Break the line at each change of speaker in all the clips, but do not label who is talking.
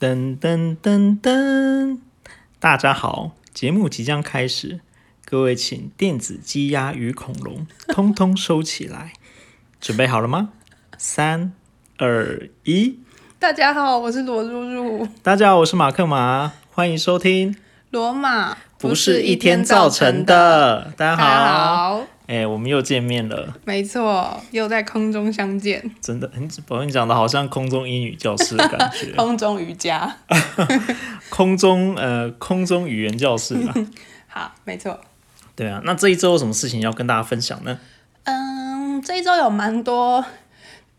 噔噔噔噔，大家好，节目即将开始，各位请电子鸡鸭与恐龙通通收起来， 准备好了吗？三、二、一，
大家好，我是罗露露。
大家好，我是马克马，欢迎收听，
罗马
不是一天造成。的。大
大
家
家
好，
好，
哎、我们又见面了，
没错，又在空中相见，，
真的，很把你讲的好像空中英语教师的感觉
空中瑜伽。
空中呃空中语言教室吧。
好，没错。
对啊，那这一周有什么事情要跟大家分享呢？
嗯，这一周有蛮多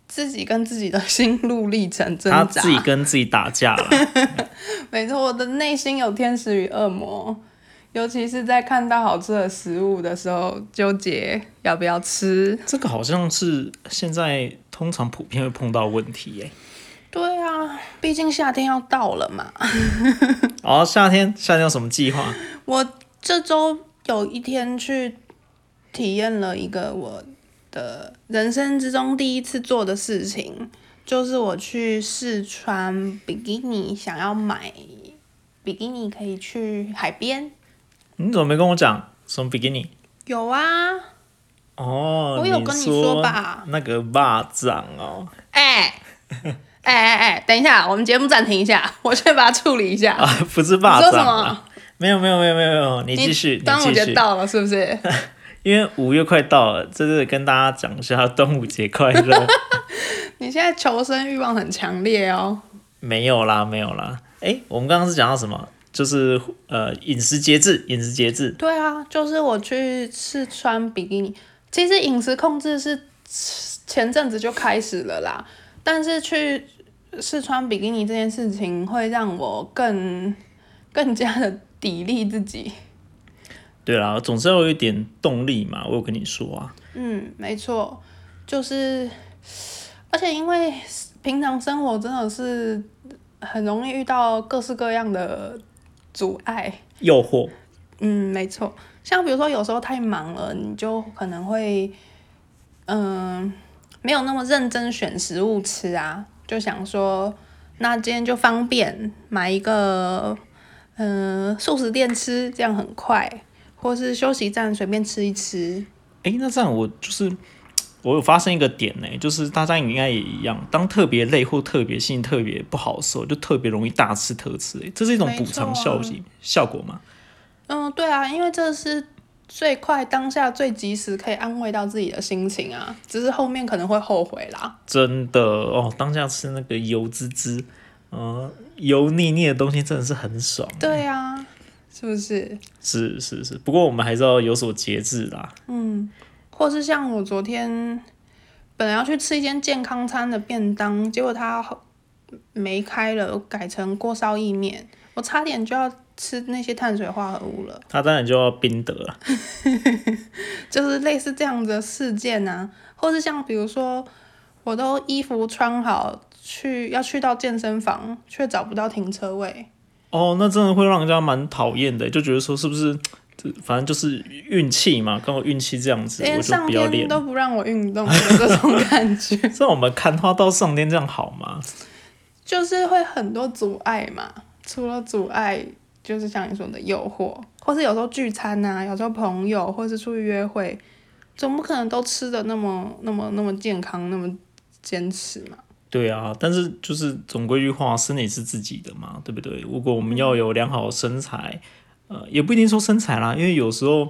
自己跟自己的心路历程挣
他
扎
自。己跟自己打架了，
没错，我的内心有天使与恶魔，尤其是在看到好吃的食物的时候，纠结要不要吃。
这个好像是现在通常普遍会碰到的问题耶。
对啊，毕竟夏天要到了嘛。
哦，夏天夏天有什么计划？
我这周有一天去体验了一个我的人生之中第一次做的事情，就是我去试穿比基尼，想要买比基尼可以去海边。
你怎么没跟我讲什么比基尼？
有啊，
哦，
我有跟你说吧
那个霸掌哦，
哎、哎哎哎，等一下，我们节目暂停一下， 我先把它处理一下。
啊，不是霸
你说什
掌啊
么？
没有没有没有没有没有，你继续，
端午
你继
节
续，
到了是不是？
因为五月快到了，这是跟大家讲一下端午节快 乐。
你现在求生欲望很强烈哦。
没有啦，没有啦。哎，我们刚刚是讲到什么？就是呃，饮食节制，饮食节制。
对啊，就是我去试穿比基尼。其实饮食控制是前阵子就开始了啦，但是去试穿比基尼这件事情会让我更更加的砥砺自己。
对啦，总是要有一点动力嘛。我有跟你说啊，
嗯，没错，就是，而且因为平常生活真的是很容易遇到各式各样的阻碍，
诱惑。
嗯，没错。像比如说，有时候太忙了，你就可能会，嗯、没有那么认真选食物吃啊，就想说，那今天就方便买一个，嗯、素食店吃，这样很快，或是休息站随便吃一吃。
哎，那这样我就是我有发生一个点呢、就是大家应该也一样，当特别累或特别心情特别不好的时候，就特别容易大吃特吃、欸，这是一种
没
补
错
偿
啊
效益、效果嘛。
嗯，对啊，因为这是最快、当下、最及时可以安慰到自己的心情啊，只是后面可能会后悔啦。
真的哦，当下吃那个油滋滋，嗯、油腻腻的东西真的是很爽、
对啊，是不是？
是是是，不过我们还是要有所节制啦。
或是像我昨天本来要去吃一间健康餐的便当，结果它后没开了，改成锅烧意面，我差点就要吃那些碳水化合物了，
他当然就要宾得了。
就是类似这样子的事件啊，或是像比如说，我都衣服穿好去要去到健身房，却找不到停车位，
哦，那真的会让人家蛮讨厌的，就觉得说是不是，这反正就是运气嘛，刚好运气这样子，我
连
就
啊上
不要
天
练。
都不让我 运动的这种感觉，
这我们看花到上天这样好吗？
就是会很多阻碍嘛，除了阻碍，就是像你说的诱惑，或是有时候聚餐呐、有时候朋友，或是出去约会，总不可能都吃的那么那么那么健康，那么坚持嘛。
对啊，但是就是总归一句话，身体是自己的嘛，对不对？如果我们要有良好的身材，呃，也不一定说身材啦，因为有时候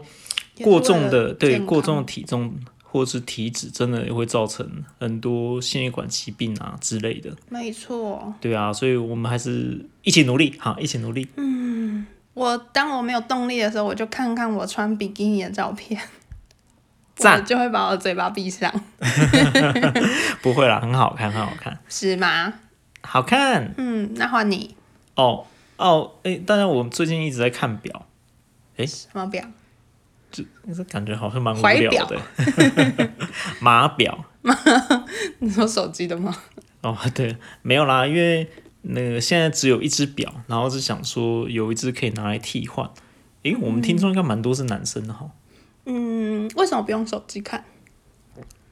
也是
过重
为
的
了
对
健康
过重的体重或是体脂，真的也会造成很多心血管疾病啊之类的。
没错。
对啊，所以我们还是一起努力，好，一起努力。
我当我没有动力的时候，我就看看我穿比基尼的照片，
赞
我就会把我嘴巴闭上，
不会啦，很好看，很好看。
是吗？
好看
嗯，那换你
哦哦，诶，当然我最近一直在看表，
什么表？
这感觉好像蛮无
怀
聊的。 码表
你说手机的吗？
哦，对，没有啦，因为那个现在只有一只表，然后是想说有一只可以拿来替换。诶，我们听众应该蛮多是男生的哈。
嗯，为什么不用手机看？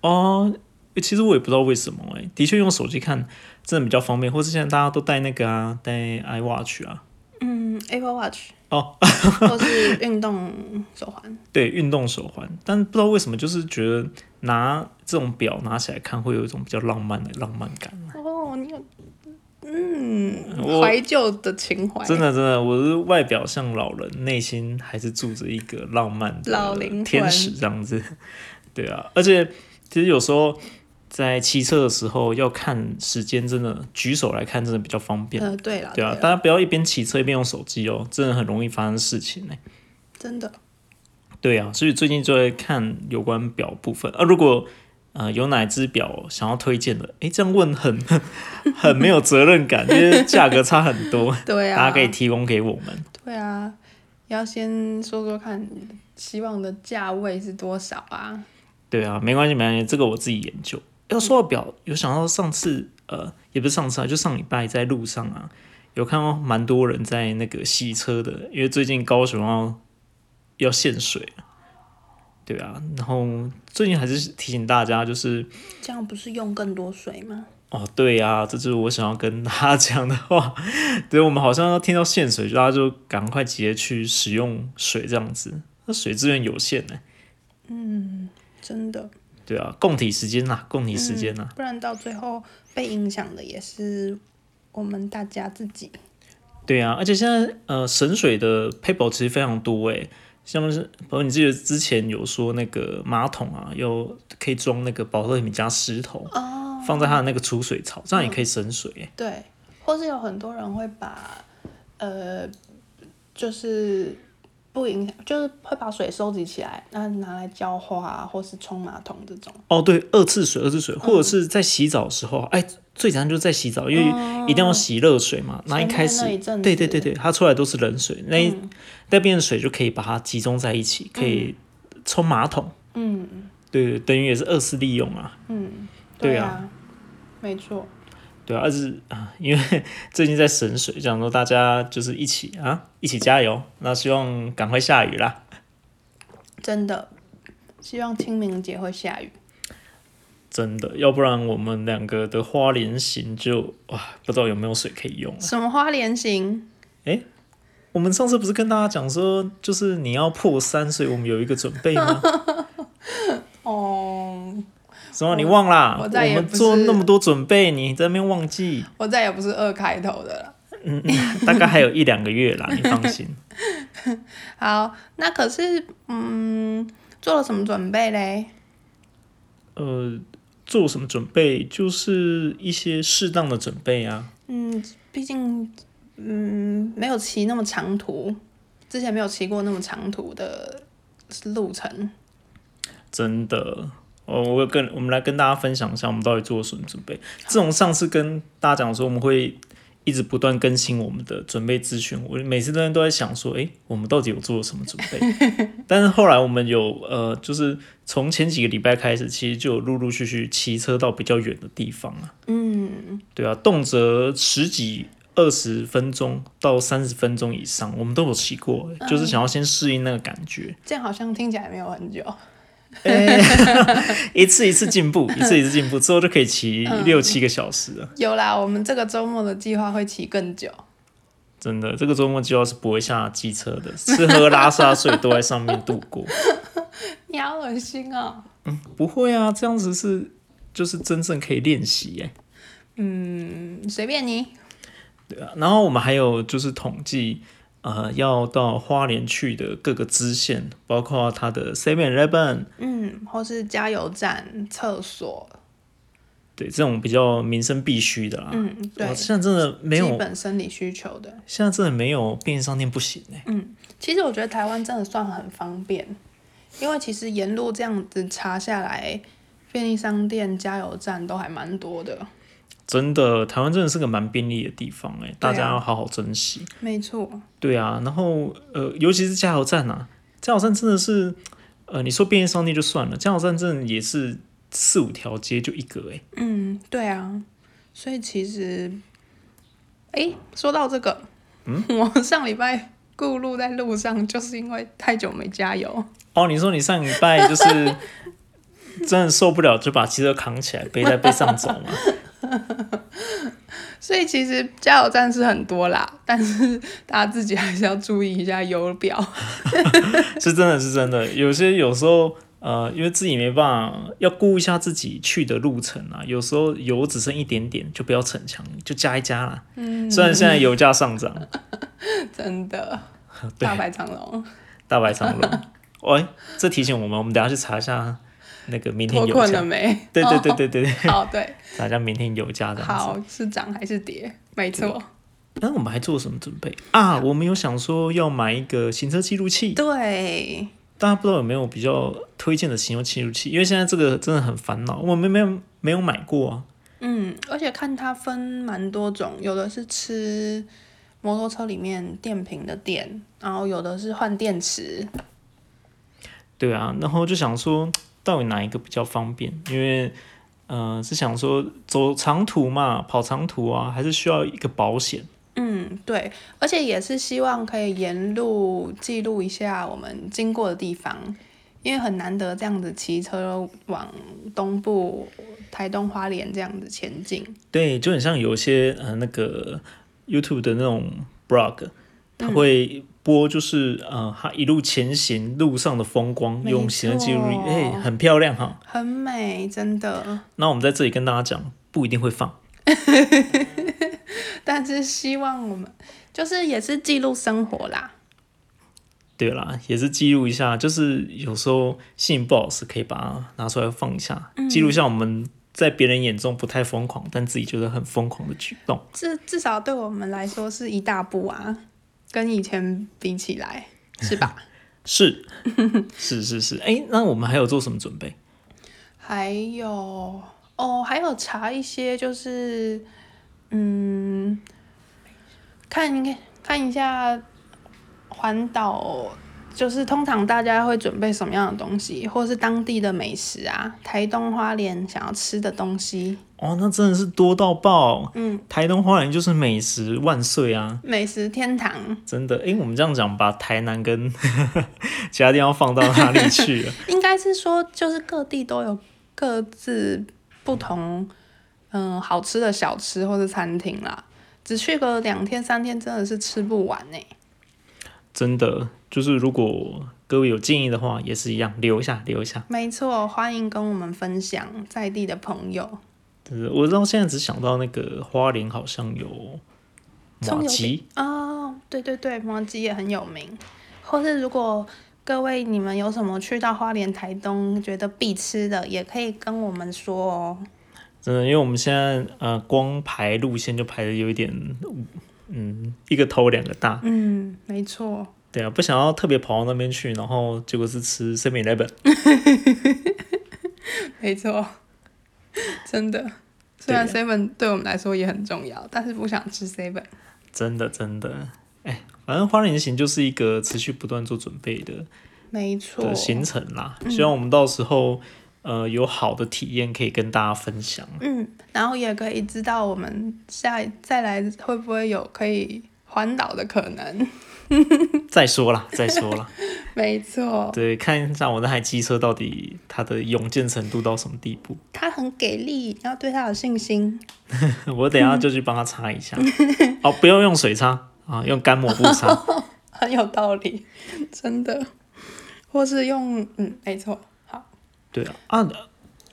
哦，欸其实我也不知道为什么哎、的确用手机看真的比较方便，或是现在大家都带那个啊，带 iWatch 啊，
嗯，Apple Watch
哦，
或是运动手环，
对，运动手环，但不知道为什么就是觉得拿这种表拿起来看会有一种比较浪漫的浪漫感。
哦，你有，嗯，
我
怀旧的情怀，呃
真的真的，我是外表像老人，内心还是住着一个浪漫的
老灵魂
天使这样子。 对啊，而且其实有时候在骑车的时候要看时间，真的举手来看真的比较方便。
呃，对了，
对啊，大家不要一边骑车一边用手机哦，真的很容易发生事情呢、
真的，
对啊，所以最近就在看有关表部分啊。如果呃有哪只表想要推荐的，诶，这样问很很没有责任感，因为价格差很多，
对啊，
大家可以提供给我们。
对啊，要先说说看，希望的价位是多少啊？
对啊，没关系，没关系，这个我自己研究。要说到表，有想到上次呃，也不是上次啊，就上礼拜在路上啊，有看到蛮多人在那个洗车的，因为最近高雄要要限水了对啊，然后最近还是提醒大家，就是
这样不是用更多水吗？
哦，对呀、这就是我想要跟大家 讲的话。对，我们好像要听到限水，就大家就赶快直接去使用水这样子，那水资源有限呢、
真的，
对啊，供体时间呐、供体时间呐、
不然到最后被影响的也是我们大家自己。
对啊，而且现在呃省水的 paper 其实非常多诶，像是朋友你记得之前有说那个马桶啊，有可以装那个保乐米加石头，放在它的那个储水槽，这样也可以省水诶。
对，或是有很多人会把呃，就是不影响，就是会把水收集起来，那拿来浇花啊，或是冲马桶这种。
哦，对，二次水，二次水，
嗯
或者是在洗澡的时候啊，哎、最简单就是在洗澡，因为一定要洗热水嘛。那、一
前面
开始
哦那一阵，
对对
子
对
嗯
啊对，它出来都是冷水，那一那边的水就可以把它集中在一起，可以冲马桶。
嗯
对，等于也是二次利用啊。
嗯，
对啊
啊，没错。
对啊，二是啊，因为 最近在省水，想说大家就是一起啊，一起加油。那希望赶快下雨啦。
真的，希望清明节会下雨。
真的，要不然我们两个的花莲行就哇，不知道有没有水可以用了。
什么花莲行？
我们上次不是跟大家讲说，就是你要破三，所以我们有一个准备 吗？
哦，
什么？你忘啦？
我
我
再也
们
不是
做那么多准备，你在那边忘记？
我再也不是二开头的了。
大概还有一两个月啦，你放心。
好，那可是嗯，做了什么准备嘞？
呃，做什么准备？就是一些适当的准备啊。
嗯，毕竟嗯没有骑那么长途，之前没有骑过那么长途的路程。
真的。哦，我有跟我们来跟大家分享一下，我们到底做了什么准备。自从上次跟大家讲说，我们会一直不断更新我们的准备资讯，我每次都都在想说，诶、我们到底有做了什么准备？但是后来我们有呃，就是从前几个礼拜开始，其实就有陆陆续续骑车到比较远的地方啊，
嗯，
对啊，动辄十几。二十分钟到三十分钟以上，我们都有骑过，就是想要先适应那个感觉。
这样好像听起来没有很久。
一次一次进 步，一次一次进步，之后就可以骑
嗯
六七个小时了。
有啦，我们这个周末的计划会骑更久。
真的，这个周末就要是不会下机车的，吃喝拉撒睡都在上面度 过。
你好恶心哦。
不会啊，这样子是就是真正可以练习耶。
嗯，随便你。
对啊，然后我们还有就是统计，呃，要到花莲去的各个支线，包括它的 Seven Eleven，
嗯，或是加油站、厕所，
啊对这种比较民生必须的啦。
嗯，对
哇，现在真的没
基
有，
本生理需求的。
现在真的没有便利商店不行哎。
其实我觉得台湾真的算很方便，因为其实沿路这样子查下来，便利商店、加油站都还蛮多的。
真的，台湾真的是个蛮便利的地方哎、大家
对啊
要好好珍惜。
没错，
对啊，然后呃，尤其是加油站啊，加油站真的是，呃，你说便利商店就算了，加油站真的也是四五条街就一个哎、
嗯，对啊，所以其实，诶，说到这个，嗯， 我上礼拜顾路在路上，就是因为太久没加油，
哦，你说你上礼拜就是 真的受不了，就把鸡肉扛起来背在背上走嘛。
所以其实加油站是很多啦，但是 大家自己还是要注意一下油表。
是真的是真的，有些有时候呃，因为自己没办法，要顾一下自己去的路程啊。有时候油只剩一点点，就不要逞强，就加一加啦。嗯，虽然现在油价上涨，
真的，
对
大排长龙，
大白长 龙。喂、这提醒我们，我们等一下去查一下那个明天
脱
油
困了
价。
没？
对对对对对对，
好，对，
查一下明天油价这样子。
好是涨还是跌？没错，
那我们还做什么准备啊？我们有想说要买一个行车记录器，
对，
大家不知道有没有比较推荐的行车记录器？因为现在这个真的很烦恼，我们没有没有买过啊。
嗯，而且看它分蛮多种，有的是吃摩托车里面电瓶的电，然后有的是换电池，
对啊，然后就想说，到底哪一个比较方便？因为，呃，是想说走长途嘛，跑长途啊，还是需要一个保险。
嗯，对，而且也是希望可以沿路记录一下我们经过的地方，因为很难得这样子骑车往东部、台东、花莲这样子前进。
对，就很像有一些呃那个 YouTube 的那种 blog，他
嗯
会播就是、呃他一路前行路上的风光，
没
用行车记录仪，
错
哎、很漂亮哈。
很美，真的。
那我们在这里跟大家讲，不一定会放。
但是希望我们就是也是记录生活啦。
对啦，也是记录一下，就是有时候心情不好时可以把它拿出来放一下，
嗯
记录一下我们在别人眼中不太疯狂，但自己觉得很疯狂的举动。
至至少对我们来说是一大步啊，跟以前比起来，是吧？
是，是是是，哎、那我们还有做什么准备？
还有哦，还有查一些就是，嗯，看一看一下环岛，就是通常大家会准备什么样的东西，或是当地的美食啊，台东花莲想要吃的东西，
哦，那真的是多到爆。嗯，台东花莲就是美食万岁啊！
美食天堂。
真的，哎、我们这样讲，把台南跟 其他地方放到哪里去 了？
应该是说，就是各地都有各自不同，嗯、好吃的小吃或是餐厅啦。只去个两天三天，真的是吃不完欸呢、
真的，就是如果各位有建议的话，也是一样，留一下，留一下。
没错，欢迎跟我们分享在地的朋友。
就是我到现在只想到那个花莲好像有
葱
马
油
吉，
哦，对对对，摩鸡也很有名。或是如果各位你们有什么去到花莲、台东觉得必吃的，也可以跟我们说哦。
真的，因为我们现在呃光排路线就排的有一点，嗯，一个头两个大，
嗯，没错。
对啊，不想要特别跑到那边去，然后结果是吃 Seven Eleven，
没错， 真的。虽然 seven 对我们来说也很重要，但是不想吃 seven。
真的真的，哎，反正花莲行就是一个持续不断做准备的
没错
的，行程啦，希望我们到时候呃有好的体验可以跟大家分享。
嗯，然后也可以知道我们下一再来会不会有可以环岛的可能。
再说啦，再说啦。
没错，
对，看一下我那台机车到底它的勇健程度到什么地步，
他很给力，你要对他有信心。
我等一下就去帮它擦一下。哦，不用用水擦啊，用干抹布擦。
很有道理， 真的。或是用嗯，没错，好，
对啊啊，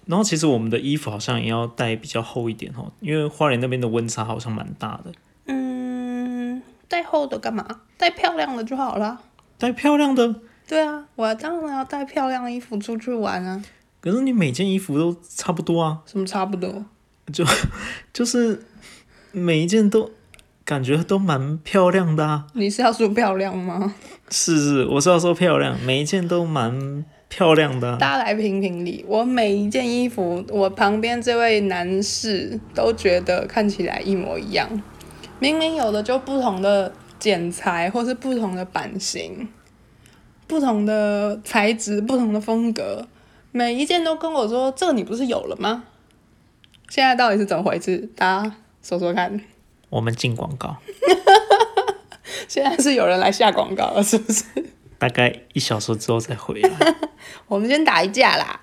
然后其实我们的衣服好像也要带比较厚一点哦，因为花莲那边的温差好像蛮大的。
嗯，带厚的干嘛？带漂亮的就好了。
带漂亮的，
对啊，我当然要带漂亮的衣服出去玩啊，
可是你每件衣服都差不多啊，
什么差不多。
就是每一件都感觉都蛮漂亮的啊。
你是要说漂亮吗？
是是，我是要说漂亮，每一件都蛮漂亮的啊、
大家来评评理。我每一件衣服，我旁边这位男士都觉得看起来一模一样，明明有的就不同的剪裁，或是不同的版型，不同的材质，不同的风格，每一件都跟我说：“这个你不是有了吗？”现在到底是怎么回事？大家说说看。
我们进广告。
现在是有人来下广告了，是不是？
大概一小时之后再回来。
我们先打一架啦。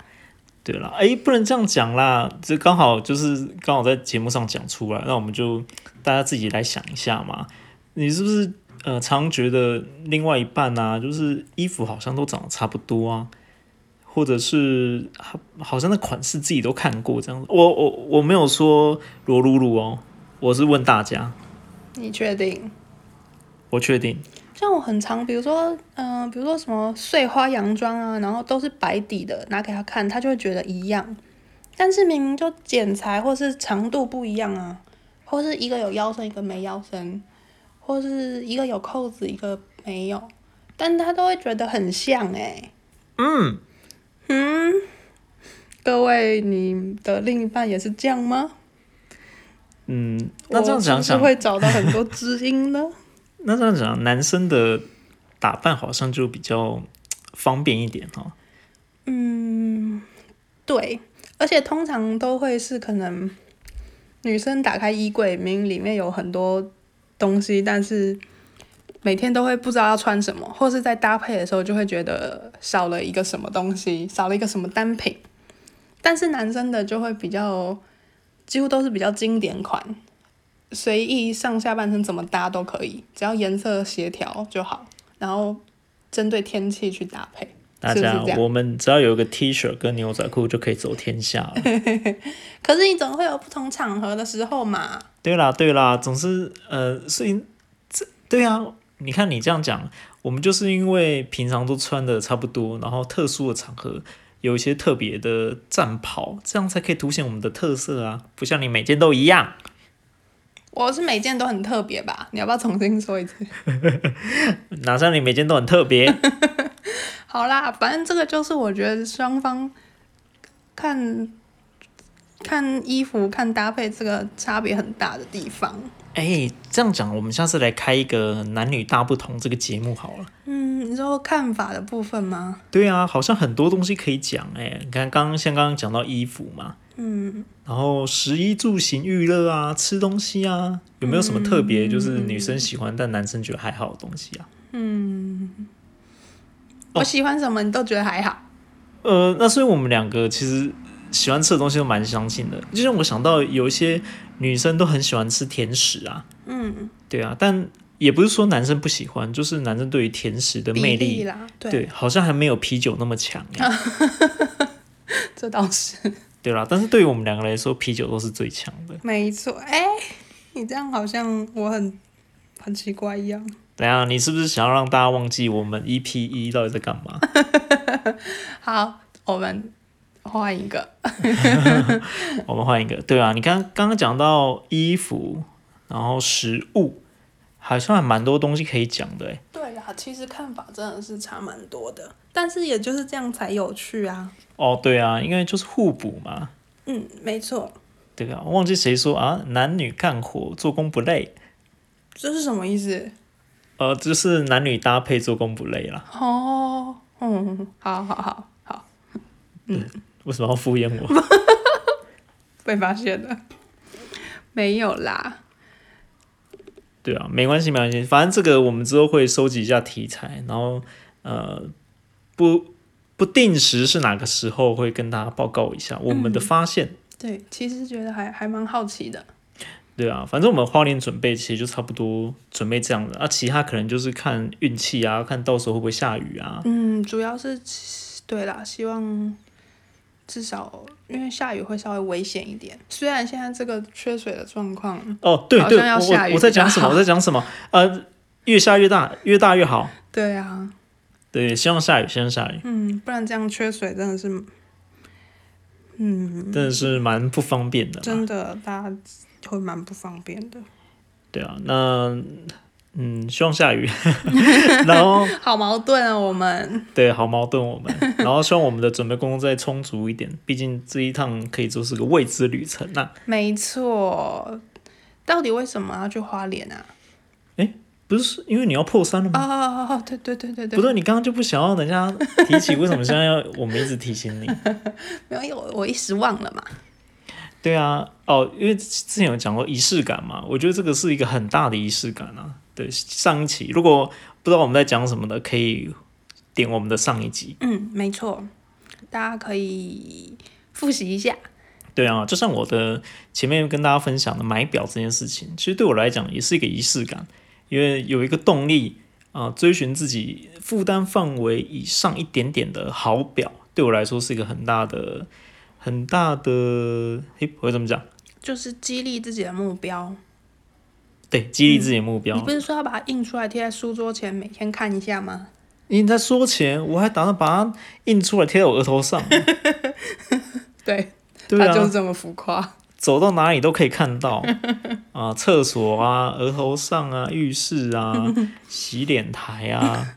对啦，哎，不能这样讲啦，这刚好就是刚好在节目上讲出来，那我们就大家自己来想一下嘛。你是不是呃常觉得另外一半啊，就是衣服好像都长得差不多啊，或者是好好像那款式自己都看过这样子？我我我没有说罗露露哦，我是问大家，
你确定？
我确定
像我很常，比如说，嗯、比如说什么碎花洋装啊，然后都是白底的，拿给他看，他就会觉得一样。但是明明就剪裁或是长度不一样啊，或是一个有腰身，一个没腰身，或是一个有扣子，一个没有，但他都会觉得很像哎、嗯。嗯，各位，你的另一半也是这样吗？
嗯，那这样想
我是不是
想，
会找到很多知音呢。
那这样讲，男生的打扮好像就比较方便一点哦。
嗯对，而且通常都会是可能女生打开衣柜，明明里面有很多东西，但是每天都会不知道要穿什么，或是在搭配的时候就会觉得少了一个什么东西，少了一个什么单品。但是男生的就会比较，几乎都是比较经典款，随意上下半身怎么搭都可以，只要颜色协调就好，然后针对天气去搭配。
大
是不是
家，
这样
我们只要有一个 T 恤跟牛仔裤就可以走天下 了。
可是你总会有不同场合的时候嘛。
对啦，对啦，总是呃，所以这对啊，你看你这样讲，我们就是因为平常都穿的差不多，然后特殊的场合有一些特别的战袍，这样才可以凸显我们的特色啊，不像你每件都一样。
我是每件都很特别吧？你要不要重新说一次？
哪像你每件都很特 别？
好啦，反正这个就是我觉得双方看看衣服、看搭配这个差别很大的地方。
哎、这样讲，我们下次来开一个男女大不同这个节目好了。
嗯，你说看法的部分吗？
对啊，好像很多东西可以讲哎、你看刚刚像刚刚讲到衣服嘛，嗯，然后食衣住行娱乐啊，吃东西啊，有没有什么特别就是女生喜欢但男生觉得还好的东西啊？哦
我喜欢什么你都觉得还好。
呃，那所以我们两个其实喜欢吃的东西都蛮相近的，就像我想到有一些女生都很喜欢吃甜食啊，嗯，对啊，但也不是说男生不喜欢，就是男生对于甜食的
比
魅
例
力。
啦，对，
对，好像还没有啤酒那么强欸、
这倒是
对啦。但是对于我们两个来说，啤酒都是最强的。
没错。哎、你这样好像我很很奇怪一样。
怎样？你是不是想要让大家忘记我们 EP 一到底在干嘛？
好，我们换一个。
我们换一个，对啊，你刚刚刚讲到衣服，然后食物，好像还蛮多东西可以讲的诶。欸
对啦，其实看法真的是差蛮多的，但是也就是这样才有趣啊。
哦，对啊，因为就是互补嘛，
嗯，没错，
对啊，忘记谁说啊，男女干活做工不累，
这是什么意思？
呃，就是男女搭配做工不累啦。
哦，嗯，好好好好，
为什么要敷衍我？
被发现了，没有啦。
对啊，没关系，没关系，反正这个我们之后会收集一下题材，然后呃，不不定时是哪个时候会跟大家报告一下我们的发现。
对，其实觉得还还蛮好奇的。
对啊，反正我们花莲准备其实就差不多准备这样的，啊，其他可能就是看运气啊，看到时候会不会下雨啊。
嗯，主要是对啦，希望至少因为下雨会稍微危险一点，虽然现在这个缺水的状况，
哦，对
好
对，
像要
我
下雨
我我在讲
比较
什么？
好
我在讲什么？呃，越下越大，越大越好。
对啊，
对，希望下雨，希望下雨，
嗯，不然这样缺水真的是，嗯，
真的是蛮不方便的啦。
真的大家会蛮不方便的。
对啊，那嗯，希望 下雨，然后
好矛盾啊，我们
对，好矛盾我们， 然后希望我们的准备工作再充足一点，毕竟这一趟可以说是个未知旅程啊呐、
没错。到底为什么要去花莲啊？
不是因为你要破三了吗？
哦哦哦，对对对对对，
不对，你刚刚就不想要人家提起，为什么现在要我们一直提醒你？
没有，我一时忘了嘛。
对啊，哦，因为之前有讲过仪式感嘛，我觉得这个是一个很大的仪式感啊。对，上一期如果不知道我们在讲什么的，可以点我们的上一集。
嗯，没错。大家可以复习一下。
对啊，就像我的前面跟大家分享的买表这件事情，其实对我来讲也是一个仪式感，因为有一个动力啊、追寻自己负担范围以上一点点的好表，对我来说是一个很大的、很大的，嘿，我会怎么讲？
就是激励自己的目标。
对，激励自己的目标。
嗯你不是说要把它印出来贴在书桌前，每天看一下吗？
你在说前，我还打算把它印出来贴在我额头 上。
对，
对
它就是
啊，
这么浮夸。
走到哪里都可以看到 啊，厕所啊、额头上啊、浴室啊、洗脸台啊，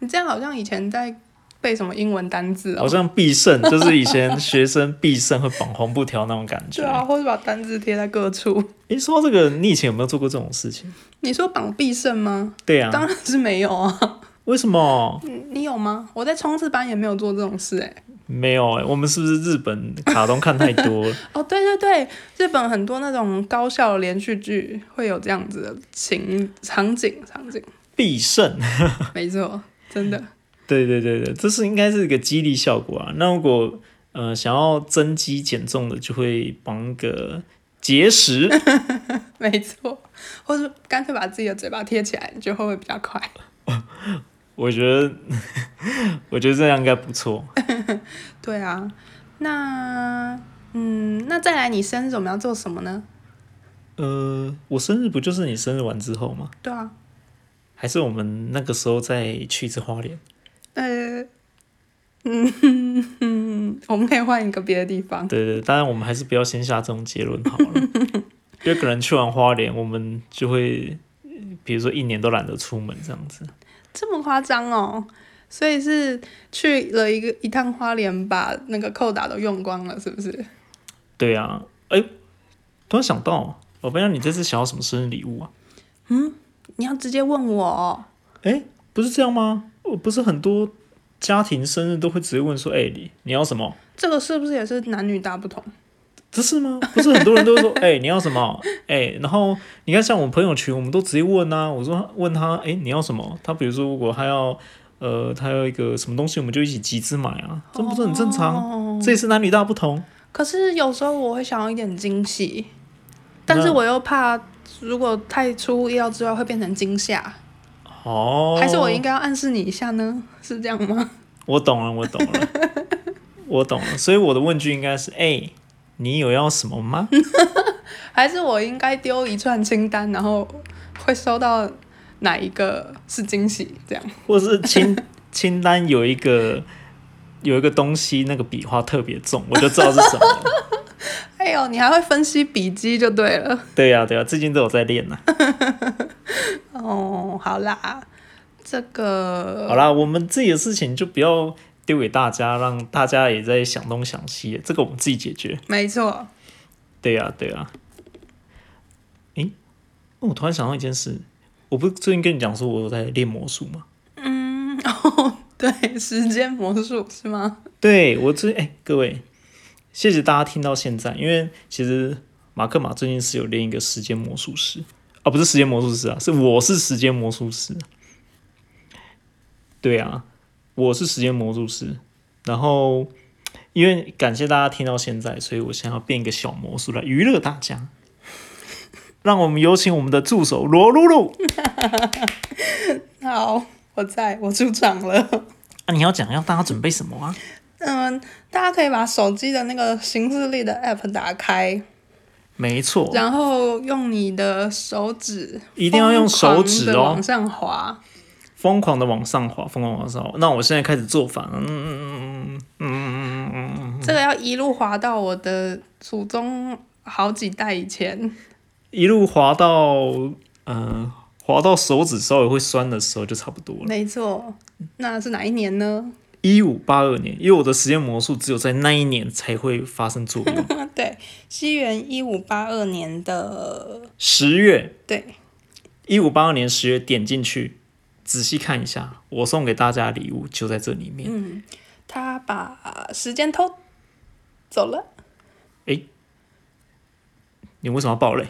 你这样好像以前在背什么英文单字
好
哦。
像必胜，就是以前学生必胜会绑红布条那种感觉。
对啊，或者把单字贴在各处。
诶，说到这个，你以前有没有做过这种事情？
你说绑必胜吗？
对啊，
当然嗯是没有啊。
为什么
你你有吗？我在冲刺班也没有做这种事哎、
没有、诶，我们是不是日本卡通看太多 了？
哦，对对对，日本很多那种高校的连续剧会有这样子的情场景场景，
必胜。
没错，真的。
对对对对，这是应该是一个激励效果啊。那如果呃想要增肌减重的，就会绑一个节 食，
没错，或是干脆把自己的嘴巴贴起来，你觉得会不会比较快？
我觉得 我觉得这样应该不错。
对啊，那嗯，那再来，你生日我们要做什么呢？
呃，我生日不就是你生日完之后吗？
对啊，
还是我们那个时候再去一次花莲？
呃，嗯，我们可以换一个别的地方。
对对，当然我们还是不要先下这种结论好了，因为可能去完花莲，我们就会呃比如说一年都懒得出门这样子。
这么夸张哦？所以是去了一个一趟花莲，把那个扣打都用光了，是不是？
对啊，哎、突然想到，老白，那你这次想要什么生日礼物啊？
你要直接问我哦、
哎，不是这样吗？我不是很多家庭生日都会直接问说，哎、你你要什么？
这个是不是也是男女大不同？
这是吗？不是很多人都会说， 哎、你要什么？哎、然后你看，像我朋友群，我们都直接问啊，我说问他，哎、你要什么？他比如说，如果他要，呃，他要一个什么东西，我们就一起集资买啊，这不是很正常？
哦
这也是男女大不同。
可是有时候我会想要一点惊喜，但是
那
我又怕如果太出乎意料之外会变成惊吓，
哦，
还是我应该要暗示你一下呢？是这样吗？
我懂了，我懂 了，我懂了。所以我的问句应该是，哎、你有要什么 吗？
还是我应该丢一串清单，然后会收到哪一个是惊喜？这样
或是清清单有一个有一个东西，那个笔画特别重，我就知道是什么 了。
哎呦，你还会分析笔记就对了。
对呀、对呀、最近都有在练啊呐、
哦，好啦，这个
好啦，我们自己的事情就不要丢给大家，让大家也在想东想西，这个我们自己解决。
没错，
对呀、对呀、啊诶，我突然想到一件事，我不是最近跟你讲说我有在练魔术吗？
嗯，哦，对，时间魔术是吗？
对我最哎、各位，谢谢大家听到现在，因为其实马克马最近是有练一个时间魔术师啊，不是时间魔术师啊，是我是时间魔术师。对啊，我是时间魔术师。然后因为感谢大家听到现在，所以我想要变一个小魔术来娱乐大家。让我们有请我们的助手罗露露
好，我在我出场了。
啊！你要讲要大家准备什么啊？
嗯，大家可以把手机的那个行事历的 app 打开，
没错，
然后用你的手指，
哦一定要用手指
疯狂地
哦
往，上滑。
疯狂的往上滑，疯狂地往上滑。那我现在开始做法，嗯嗯嗯嗯嗯嗯嗯嗯，
这个要一路滑到我的祖宗好几代以前。
一路滑到呃滑到手指稍微会酸的时候就差不多了。
没错，那是哪一年呢？
一五八二年，因为我的时间魔术只有在那一年才会发生作用。
对，西元一五八二年的，
十月
对，
一五八二年十月点进去，仔细看一下，我送给大家的礼物就在这里面。
他把时间偷走了。
你为什么要爆雷？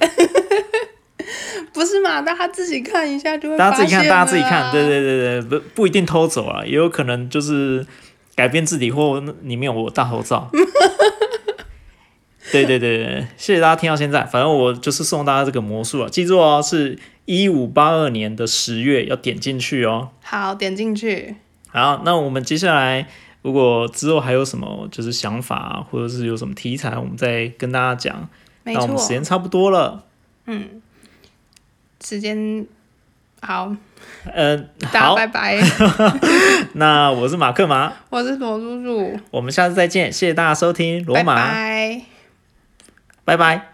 不是嘛？大家自己看一下就 会
大家自己
发
看，
现啊
大家自己
了啊
看，对对对对，不不一定偷走啊，也有可能就是改变字体或里面有我大头 照。对对对对，谢谢大家听到现在。反正我就是送大家这个魔术了，记住哦，是一五八二年的十月要点进去哦。
好，点进去。
好，那我们接下来如果之后还有什么就是想法、啊，或者是有什么题材，我们再跟大家讲。
没
那我们时
错，
间差不多了，
时间好，
嗯、
大家
好，
拜拜。
那我是马克马，
我是罗露露，
我们下次再见，谢谢大家收听罗马，
拜拜。
拜拜